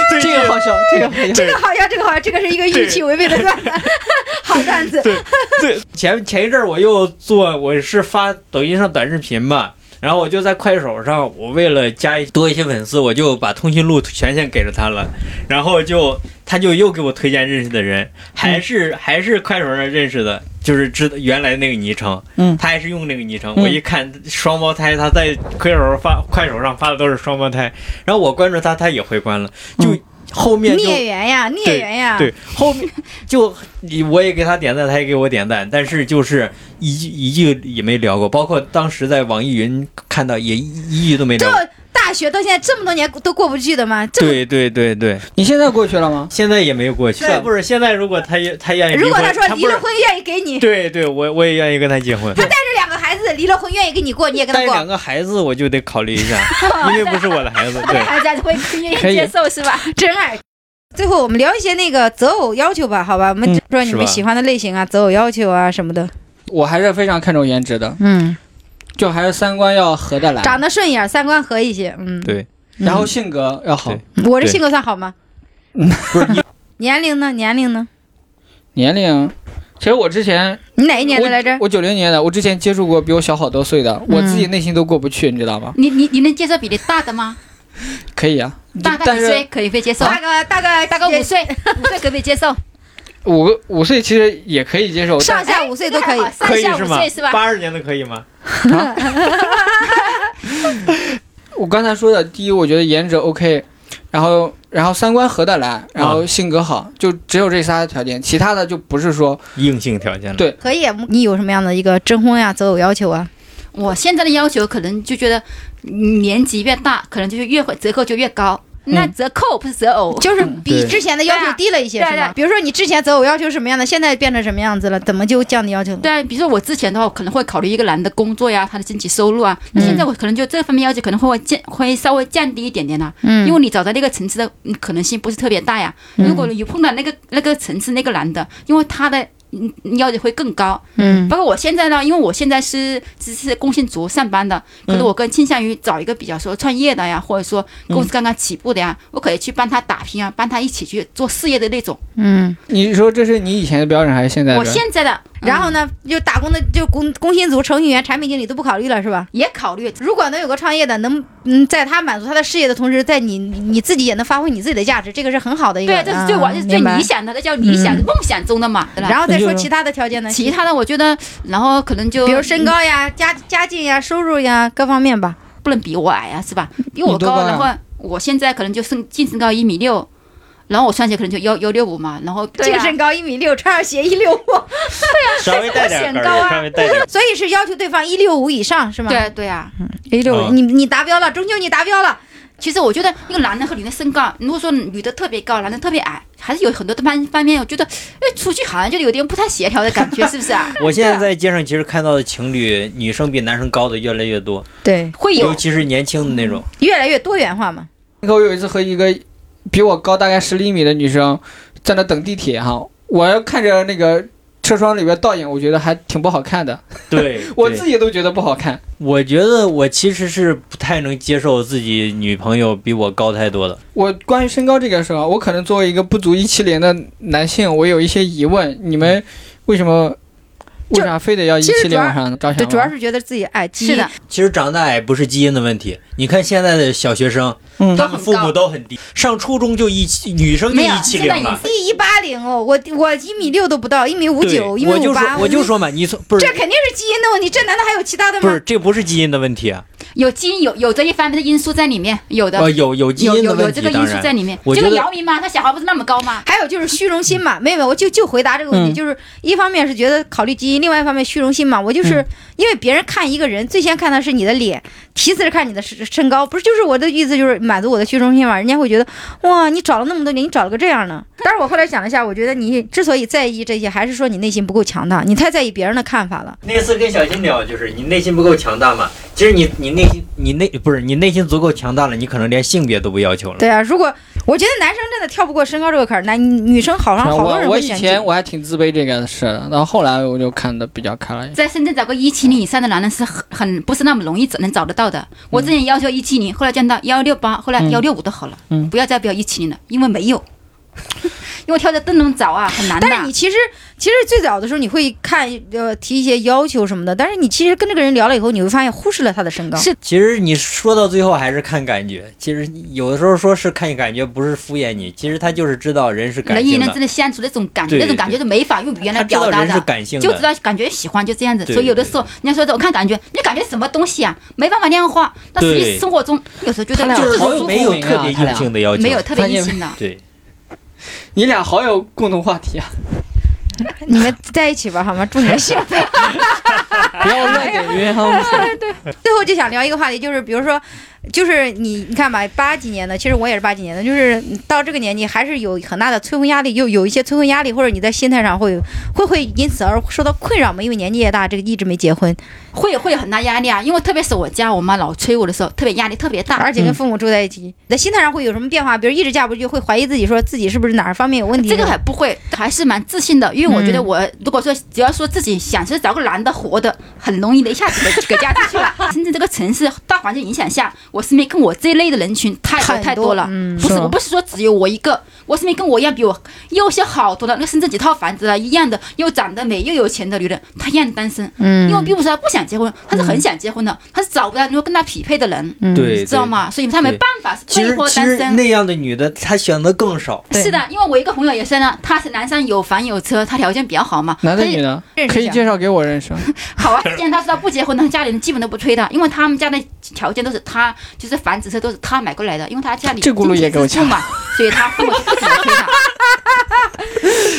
Speaker 3: 最近
Speaker 2: 这个好笑，这个好笑
Speaker 1: 这。个好像这个好像这个是一个预期违背的段子， 好段子。
Speaker 3: 对，前前一阵儿我又做，我是发抖音上短视频嘛，然后我就在快手上，我为了加一多一些粉丝，我就把通讯录权限给了他了，然后就他就又给我推荐认识的人，还是、
Speaker 2: 嗯
Speaker 3: 还是快手上认识的，就是知道原来那个昵称，
Speaker 2: 嗯
Speaker 3: 他还是用那个昵称，
Speaker 2: 嗯
Speaker 3: 我一看双胞胎，他在快手上发快手上发的都是双胞胎，然后我关注他，他也回关了，就
Speaker 2: 嗯
Speaker 3: 后面就
Speaker 1: 孽缘呀，孽缘呀，
Speaker 3: 对，后面就你我也给他点赞，他也给我点赞，但是就是一句一句也没聊过，包括当时在网易云看到也一一句都没
Speaker 1: 这
Speaker 3: 聊过。
Speaker 1: 大学到现在这么多年都过不去的吗？这么
Speaker 3: 对对对对，
Speaker 2: 你现在过去了 吗？
Speaker 3: 现在也没有过去。
Speaker 2: 现在不
Speaker 3: 是现在，如果他也他愿
Speaker 1: 如果他说离了
Speaker 3: 不
Speaker 1: 婚愿意给你，
Speaker 3: 是，对对，我我也愿意跟他结婚。
Speaker 1: 他带着两个孩子离了婚愿意跟你过，你也跟他
Speaker 3: 带两
Speaker 1: 过，
Speaker 3: 个孩子，我就得考虑 一下，因为不是我的孩子。对，
Speaker 4: 大家会愿意
Speaker 2: 可以
Speaker 4: 接受是吧？
Speaker 1: 真爱。最后我们聊一些那个择偶要求吧，好吧？我们
Speaker 2: 嗯
Speaker 1: 就说你
Speaker 3: 是
Speaker 1: 们
Speaker 3: 吧
Speaker 1: 喜欢的类型啊，择偶要求啊什么的。
Speaker 2: 我还是非常看重颜值的，
Speaker 1: 嗯，
Speaker 2: 就还是三观要合得来，
Speaker 1: 长得顺眼，三观合一些。嗯，
Speaker 3: 对
Speaker 1: 嗯
Speaker 2: 然后性格要好
Speaker 3: 对，
Speaker 1: 我这
Speaker 3: 对嗯
Speaker 1: 性格算好吗？
Speaker 3: 不是你
Speaker 1: 年龄呢？年龄呢？
Speaker 2: 年龄。其实我之前
Speaker 1: 你哪一年的来着
Speaker 2: 我？我九零年的，我之前接触过比我小好多岁的，我自己内心都过不去，你知道吗？
Speaker 4: 你你你能接受比你大的吗？
Speaker 2: 可以啊，
Speaker 4: 大大
Speaker 2: 但
Speaker 4: 几
Speaker 2: 是
Speaker 4: 岁可以被接受？
Speaker 1: 大个大个
Speaker 4: 大概五 岁，五岁可不可以接受？
Speaker 2: 五个五岁其实也可以接受，
Speaker 1: 上下五岁都可以。
Speaker 4: 哎
Speaker 3: 可以
Speaker 4: 上下
Speaker 3: 是
Speaker 4: 五
Speaker 3: 吗
Speaker 4: 岁是？吧？
Speaker 3: 八二年的可以吗？
Speaker 2: 我刚才说的，第一，我觉得颜值 OK，然后然后三观合得来，然
Speaker 3: 啊
Speaker 2: 后性格好，就只有这仨条件，其他的就不是说
Speaker 3: 硬性条件了。
Speaker 2: 对
Speaker 1: 可以，你有什么样的一个征婚呀、择偶要求啊？
Speaker 4: 我现在的要求可能就觉得嗯年纪越大，可能就是越会折扣就越高。那折扣不是择偶，
Speaker 1: 就是比
Speaker 3: 对
Speaker 1: 之前的要求低了一些，
Speaker 4: 嗯对啊
Speaker 1: 是
Speaker 4: 对啊
Speaker 1: 吧？比如说你之前择偶要求是什么样的，现在变成什么样子了？怎么就降低要求了？
Speaker 4: 对，比如说我之前的话，我可能会考虑一个男的工作呀，他的经济收入啊。
Speaker 1: 嗯
Speaker 4: 那现在我可能就这方面要求可能会降，会稍微降低一点点啦、
Speaker 1: 嗯
Speaker 4: 因为你找到那个层次的嗯可能性不是特别大呀。如果你碰到那个那个层次那个男的，因为他的嗯要求会更高。
Speaker 1: 嗯
Speaker 4: 包括我现在呢，因为我现在是只是工信族上班的，
Speaker 1: 嗯
Speaker 4: 可能我更倾向于找一个比较说创业的呀，或者说公司刚刚起步的呀，我可以去帮他打拼啊，帮他一起去做事业的那种。
Speaker 1: 嗯，
Speaker 2: 你说这是你以前的标准还是现在的
Speaker 4: 我
Speaker 2: 标准？
Speaker 4: 现在的，
Speaker 1: 然
Speaker 4: 后
Speaker 1: 后呢，就打工的就工工薪族、程序员、产品经理都不考虑了，是吧？
Speaker 4: 也考虑
Speaker 1: 如果能有个创业的，能嗯，在他满足他的事业的同时，在你你你自己也能发挥你自己的价值，这个是很好的一个。
Speaker 4: 对，这是最完、
Speaker 1: 嗯
Speaker 4: 这是最理。想的，那叫理想、梦想中的嘛，对
Speaker 1: 明白
Speaker 4: 吧？
Speaker 1: 然后再
Speaker 2: 那就
Speaker 1: 说
Speaker 2: 是
Speaker 1: 其他的条件呢？
Speaker 4: 其他的我觉得，然后可能就
Speaker 1: 比如身高呀、家家境呀、收入呀各方面吧。
Speaker 4: 嗯不能比我矮呀、是吧？比
Speaker 2: 你
Speaker 4: 我
Speaker 2: 多
Speaker 4: 高，
Speaker 2: 高啊呀
Speaker 4: 然后我现在可能就身净身高一米六，然后我穿鞋可能就幺幺六五嘛，然后
Speaker 1: 净身高一米六，穿上鞋一六五，
Speaker 3: 稍微带点
Speaker 1: 显
Speaker 3: 杆
Speaker 1: 高啊
Speaker 3: 儿，稍微带 点儿。
Speaker 1: 所以是要求对方一六五以上是吗？
Speaker 4: 对啊对啊。
Speaker 1: 一六，
Speaker 3: 啊
Speaker 1: 你你达标了，终究你达标了。
Speaker 4: 其实我觉得那个男的和女的身高，如果说女的特别高，男的特别矮，还是有很多的方方面，我觉得哎出去好像就有点不太协调的感觉，是不
Speaker 3: ？
Speaker 4: 是啊
Speaker 3: 我现在在街上其实看到的情侣，女生比男生高的越来越多，
Speaker 1: 对，
Speaker 4: 会有
Speaker 3: 尤其是年轻的那
Speaker 4: 嗯
Speaker 3: 种。
Speaker 1: 越来越多元化嘛。
Speaker 2: 我有一次和一个比我高大概十厘米的女生在那等地铁哈，我要看着那个车窗里边倒影，我觉得还挺不好看的，
Speaker 3: 对，
Speaker 2: 我
Speaker 3: 对
Speaker 2: 自己都觉得不好看。
Speaker 3: 我觉得我其实是不太能接受自己女朋友比我高太多的。
Speaker 2: 我关于身高这个事儿啊，我可能作为一个不足一七零的男性，我有一些疑问，你们为什么
Speaker 1: 就
Speaker 2: 为啥非得要一
Speaker 1: 其实
Speaker 2: 七
Speaker 1: 主
Speaker 2: 零
Speaker 1: 要
Speaker 2: 往上着
Speaker 1: 对，
Speaker 2: 想？
Speaker 1: 主要是觉得自己矮，基因
Speaker 4: 是的，，
Speaker 3: 其实长得矮不是基因的问题，你看现在的小学生，
Speaker 2: 嗯
Speaker 3: 他们父母都很低，上初中就一七，女生就
Speaker 4: 没有啊
Speaker 3: 一七
Speaker 4: 现在
Speaker 3: 零
Speaker 4: 已经
Speaker 3: 了。
Speaker 1: 一一八零哦，我我一米六都不到，一米五
Speaker 3: 对，
Speaker 1: 九，一米
Speaker 3: 我
Speaker 1: 五
Speaker 3: 就
Speaker 1: 八，
Speaker 3: 说我就说嘛，你从不
Speaker 1: 这
Speaker 3: 是
Speaker 1: 肯定是基因的问题，这难道还有其他的
Speaker 3: 不是
Speaker 1: 吗？
Speaker 3: 这不是基因的问题啊，
Speaker 4: 有基因有有这一方面的因素在里面，有的
Speaker 3: 呃有有基
Speaker 4: 有
Speaker 3: 因的
Speaker 4: 有有
Speaker 3: 问
Speaker 4: 这
Speaker 3: 题
Speaker 4: 个因
Speaker 3: 当
Speaker 4: 素在
Speaker 3: 然，
Speaker 4: 里面。
Speaker 3: 我
Speaker 4: 这
Speaker 3: 觉
Speaker 4: 个
Speaker 3: 得
Speaker 4: 姚明嘛，他小孩不是那么高嘛，
Speaker 1: 还有就是虚荣心嘛，妹妹，我就就回答这个问题，
Speaker 2: 嗯
Speaker 1: 就是一方面是觉得考虑基因，另外一方面虚荣心嘛。我就是、
Speaker 3: 嗯
Speaker 1: 因为别人看一个人，最先看的是你的脸，其次是看你的身身高，不是就是我的意思就是满足我的虚荣心嘛？人家会觉得哇，你找了那么多年，你找了个这样的。但是我后来想了一下，我觉得你之所以在意这些，还是说你内心不够强大，你太在意别人的看法了。
Speaker 3: 那次跟小金聊，就是你内心不够强大嘛。其实你你内心你内不是你内心足够强大了，你可能连性别都不要求了。
Speaker 1: 对啊，如果我觉得男生真的跳不过身高这个坎儿，男女生好像好多
Speaker 2: 啊我
Speaker 1: 人
Speaker 2: 我
Speaker 1: 会
Speaker 2: 以
Speaker 1: 选
Speaker 2: 前
Speaker 1: 择。
Speaker 2: 我还挺自卑这个事儿的，到后来我就看的比较开了一点。
Speaker 4: 在深圳找个一七零以上的男人是很很不是那么容易找能找得到
Speaker 3: 嗯
Speaker 4: 的。我之前要求一七零，后来降到幺六八，后来
Speaker 2: 嗯
Speaker 4: 幺六五都好了，
Speaker 2: 嗯
Speaker 4: 不要再标一七零了，因为没有。因为挑的灯笼早啊，很难的。
Speaker 1: 但是你其实其实最早的时候你会看呃提一些要求什么的，但是你其实跟这个人聊了以后，你会发现忽视了他的身高。
Speaker 4: 是
Speaker 3: 其实你说到最后还是看感觉，其实有的时候说是看感觉，不是敷衍你，其实他就是知道人是感
Speaker 4: 人与
Speaker 3: 性
Speaker 4: 人
Speaker 3: 的
Speaker 4: 之，间相处那种感觉，
Speaker 3: 对
Speaker 4: 那种感觉是没法用语言来
Speaker 3: 他知道
Speaker 4: 表达
Speaker 3: 人是
Speaker 4: 的。
Speaker 3: 感性
Speaker 4: 就知
Speaker 3: 的，
Speaker 4: 道感觉喜欢就这样子，
Speaker 3: 对
Speaker 4: 所以有的时候人家说的我看感觉，你感觉什么东西啊，没办法量化。那实际
Speaker 3: 对
Speaker 4: 生活中有时候觉得
Speaker 2: 他俩
Speaker 4: 就是
Speaker 2: 好
Speaker 3: 好
Speaker 2: 有
Speaker 3: 友没有特别硬性的要求，
Speaker 4: 没有特别硬性的，
Speaker 3: 对，
Speaker 2: 你俩好有共同话题啊！
Speaker 1: 你们在一起吧，好吗？祝你们幸 福。
Speaker 2: 不要乱给约翰姆斯。
Speaker 1: 最后就想聊一个话题，就是比如说，就是你你看吧，八几年的，其实我也是八几年的，就是到这个年纪还是有很大的催婚压力，有有一些催婚压力，或者你在心态上会有会会因此而受到困扰吗？因为年纪也大，这个一直没结婚，
Speaker 4: 会会有很大压力啊。因为特别是我家我妈老催我的时候，特别压力特别大。
Speaker 1: 而且跟父母住在一起，你在心态上会有什么变化？比如一直嫁不出去，会怀疑自己，说自己是不是哪儿方面有问题？
Speaker 4: 这个还不会，还是蛮自信的，因为我觉得
Speaker 1: 嗯
Speaker 4: 我如果说只要说自己想是找个男的活的，很容易的一下子给给嫁出去了。深圳这个城市大环境影响下，我身边跟我这一类的人群太
Speaker 1: 很
Speaker 4: 多太多了，
Speaker 1: 嗯，
Speaker 4: 不是，
Speaker 1: 吧
Speaker 4: 我不是说只有我一个，我身边跟我一样比我优秀好多的，那个深圳几套房子啊，一样的，又长得美又有钱的女人，她一样单身。
Speaker 1: 嗯，
Speaker 4: 因为并不是她不想结婚，她是很想结婚的，她是找不到能够跟她匹配的人，
Speaker 1: 嗯
Speaker 3: 对
Speaker 4: 你知道吗？所以她没办法，是
Speaker 3: 其
Speaker 4: 被
Speaker 3: 实
Speaker 4: 迫
Speaker 3: 其
Speaker 4: 单
Speaker 3: 实
Speaker 4: 身。
Speaker 3: 那样的女的，她选择更少，
Speaker 1: 对
Speaker 4: 是的，因为我一个朋友也是呢，他是南山有房有车，他条件比较好嘛，
Speaker 2: 男的
Speaker 4: 他就
Speaker 2: 女的
Speaker 1: 认识一下
Speaker 2: 可以介绍给我认识吗。
Speaker 4: 好啊。既然他知道不结婚，他家里人基本都不催他，因为他们家的条件都是他，就是房子车都是他买过来的，因为他家里
Speaker 2: 这轱辘也给我
Speaker 4: 经济支柱嘛，所以他父母就不可能 催他。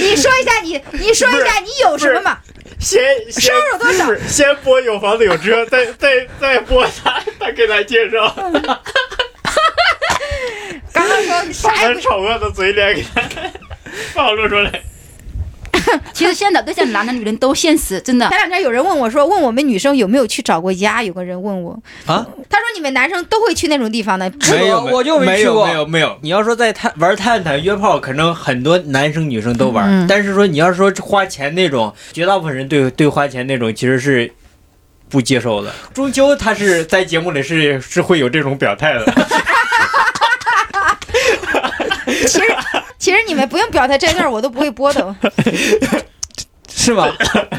Speaker 1: 你说一下你，你说一下你有什么嘛？
Speaker 5: 先
Speaker 1: 收
Speaker 5: 先
Speaker 1: 入多少？
Speaker 5: 是先播有房子有 车，再再再播他，他给咱介绍，
Speaker 1: 刚刚说 啥
Speaker 5: 把
Speaker 1: 也
Speaker 5: 咱
Speaker 1: 不
Speaker 5: 丑恶的嘴脸给他 暴露出来。
Speaker 4: 其实现在对象男的女人都现实，真的
Speaker 1: 前两天有人问我说，问我们女生有没有去找过家，有个人问我
Speaker 3: 啊，
Speaker 1: 他说你们男生都会去那种地方的，
Speaker 2: 是
Speaker 3: 没有，
Speaker 2: 我我就没
Speaker 3: 没
Speaker 2: 去过
Speaker 3: 有，没有，没有。你要说在探玩探探约炮，可能很多男生女生都玩，
Speaker 1: 嗯
Speaker 3: 但是说你要说花钱那种，绝大部分人对对花钱那种其实是。不接受的，中秋他是在节目里是是会有这种表态 的，
Speaker 1: 其实其实你们不用表态，这段我都不会播的，
Speaker 2: 是吗？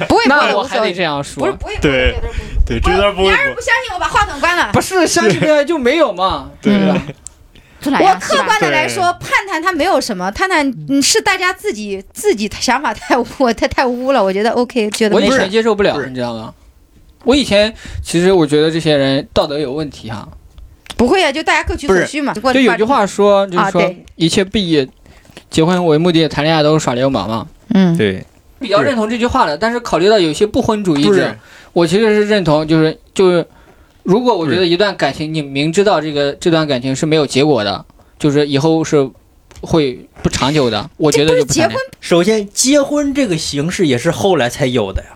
Speaker 1: 不会播
Speaker 2: 那
Speaker 1: 的
Speaker 2: 我
Speaker 1: 无所
Speaker 2: 还得这
Speaker 1: 谓，
Speaker 2: 样
Speaker 1: 不是
Speaker 2: 说。
Speaker 1: 不会播的
Speaker 5: 对
Speaker 1: 有的人
Speaker 5: 对，
Speaker 1: 不
Speaker 5: 这段不
Speaker 1: 你
Speaker 5: 会
Speaker 1: 要是
Speaker 5: 播
Speaker 1: 不。相信我，把话筒关了。
Speaker 2: 不是相亲的就没有嘛？
Speaker 5: 对
Speaker 2: 吧？
Speaker 1: 嗯
Speaker 4: 出来
Speaker 1: 我
Speaker 4: 呀，是
Speaker 1: 客
Speaker 4: 吧？
Speaker 1: 观的来说，探探它没有什么，探探嗯是大家自己自己想法太污，太太污了，我觉得 OK，觉得
Speaker 2: 我以
Speaker 1: 没
Speaker 2: 前
Speaker 1: 事。
Speaker 2: 接受不了
Speaker 3: 不，是
Speaker 2: 你知道吗？我以前其实我觉得这些人道德有问题哈、
Speaker 1: 不会啊，就大家各取所需嘛。
Speaker 2: 就有句，话说，就是
Speaker 1: 啊
Speaker 2: 说
Speaker 1: 对
Speaker 2: 一切不以结婚为目的，谈恋爱都是耍流氓嘛。
Speaker 1: 嗯，
Speaker 3: 对，
Speaker 2: 比较认同这句话的，但是考虑到有些不婚主义
Speaker 3: 不
Speaker 2: 者
Speaker 3: 是，，
Speaker 2: 我其实是认同，就是就是，如果我
Speaker 3: 对
Speaker 2: 觉得一段感情，你明知道这个这段感情是没有结果的，就是以后是会不长久的，我觉
Speaker 1: 这不
Speaker 2: 得
Speaker 1: 是
Speaker 2: 就不
Speaker 1: 结
Speaker 2: 谈
Speaker 1: 婚
Speaker 2: 恋爱。
Speaker 3: 首先结婚这个形式也是后来才有的呀。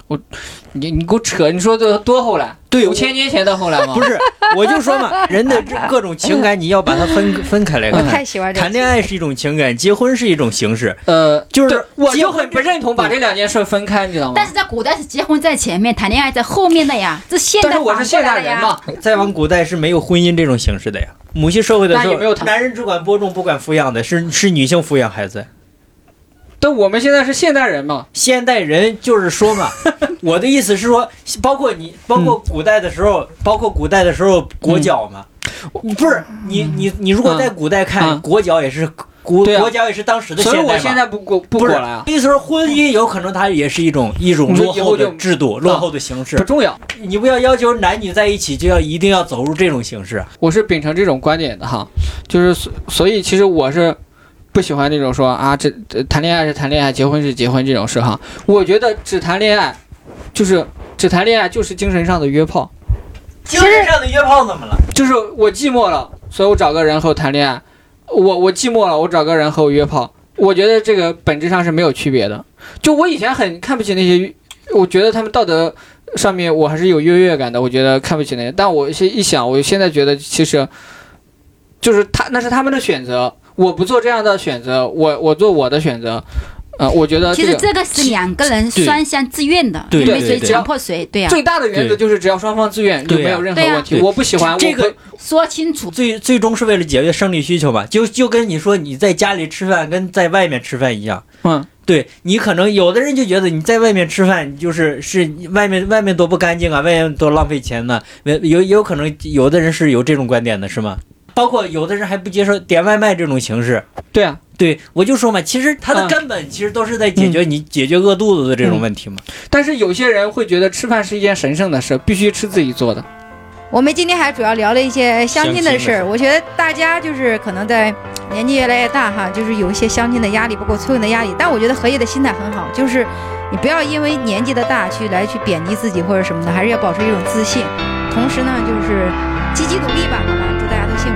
Speaker 2: 你你给我扯，你说这多后来？
Speaker 3: 对
Speaker 2: 五千年前的后来吗？
Speaker 3: 不是，我就 说嘛，人的这各种情感你要把它分分开来
Speaker 1: 我
Speaker 3: 看。
Speaker 1: 太喜欢这
Speaker 3: 谈
Speaker 1: 个。
Speaker 3: 恋爱是一种情感，结婚是一种形式，
Speaker 2: 呃，
Speaker 3: 就是
Speaker 2: 对我
Speaker 3: 结
Speaker 2: 就
Speaker 3: 婚
Speaker 2: 很 不认同把这两件事分开，你知道吗？
Speaker 4: 但是在古代是结婚在前面，谈恋爱在后面的呀，这现代
Speaker 2: 但是我是现
Speaker 4: 反
Speaker 2: 代
Speaker 4: 过来的呀
Speaker 2: 人嘛，
Speaker 3: 再往古代是没有婚姻这种形式的呀。母系社会的时
Speaker 2: 那
Speaker 3: 候，
Speaker 2: 也没有谈
Speaker 3: 男人只管播种不管抚养的，是是女性抚养孩子。
Speaker 2: 但我们现在是现代人嘛，
Speaker 3: 现代人就是 说嘛，我的意思是说，包括你，包括
Speaker 2: 嗯
Speaker 3: 古代的时候，包括古代的时候裹脚嘛，你不是你你你如果在古代看
Speaker 2: 嗯
Speaker 3: 裹脚也是古
Speaker 2: 对啊
Speaker 3: 裹脚也是当时的
Speaker 2: 所以
Speaker 3: 现
Speaker 2: 我
Speaker 3: 代
Speaker 2: 现
Speaker 3: 嘛。
Speaker 2: 在不过不
Speaker 3: 不
Speaker 2: 过
Speaker 3: 是
Speaker 2: 来啊，，
Speaker 3: 意思是婚姻有可能它也是一种一种
Speaker 2: 你说
Speaker 3: 落
Speaker 2: 以
Speaker 3: 后
Speaker 2: 后就嗯
Speaker 3: 的制度、落后的形式
Speaker 2: 不。重要。
Speaker 3: 你不要要求男女在一起就要一定要走入这种形式。
Speaker 2: 我是秉承这种观点的哈，就是所所以其实我是不喜欢那种说啊，这这谈恋爱是谈恋爱，结婚是结婚这种事哈。我觉得只谈恋爱就是只谈恋爱就是精神上的约炮，
Speaker 3: 精神上的约炮怎么了？
Speaker 2: 就是我寂寞了，所以我找个人和我谈恋爱；我我寂寞了，我找个人和我约炮。我觉得这个本质上是没有区别的。就我以前很看不起那些，我觉得他们道德上面我还是有优越感的，我觉得看不起那些。但我现一想，我现在觉得其实就是他那是他们的选择，我不做这样的选择，我我做我的选择。呃，我觉得
Speaker 4: 其
Speaker 2: 这
Speaker 4: 实
Speaker 2: 个
Speaker 4: 这个是两个人
Speaker 3: 对
Speaker 4: 双向自愿的，
Speaker 3: 对
Speaker 4: 也没
Speaker 2: 对
Speaker 4: 谁
Speaker 2: 对
Speaker 4: 强迫谁，对呀、
Speaker 2: 最大的原则
Speaker 3: 对
Speaker 2: 就是只要双方自愿就
Speaker 3: 对啊
Speaker 2: 没有任何
Speaker 4: 对啊
Speaker 2: 问题。
Speaker 3: 对
Speaker 2: 我不喜欢
Speaker 3: 这个
Speaker 2: 我
Speaker 4: 说清楚。
Speaker 3: 最最终是为了解决生理需求吧，就就跟你说你在家里吃饭跟在外面吃饭一样。
Speaker 2: 不嗯，
Speaker 3: 对你可能有的人就觉得你在外面吃饭就是是外面外面多不干净啊，外面多浪费钱呢、有有有可能有的人是有这种观点的，是吗？包括有的人还不接受点外卖这种形式。
Speaker 2: 对啊，
Speaker 3: 对我就说嘛，其实它的根本其实都是在解决你解决饿肚子的这种问题嘛。
Speaker 2: 但是有些人会觉得吃饭是一件神圣的事，必须吃自己做的。
Speaker 1: 我们今天还主要聊了一些哎相亲的事
Speaker 3: 相亲的事
Speaker 1: 儿，我觉得大家就是可能在年纪越来越大哈，就是有一些相亲的压力，包括催婚的压力。但我觉得荷叶的心态很好，就是你不要因为年纪的大去来去贬低自己或者什么的，还是要保持一种自信。同时呢，就是积极努力吧，好吧，祝大家都幸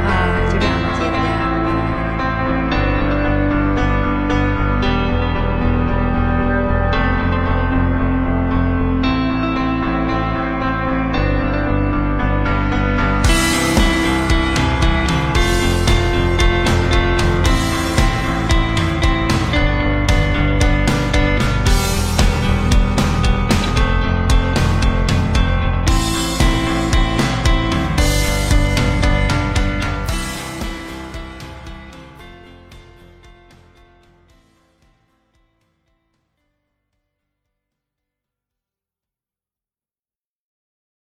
Speaker 1: 啊！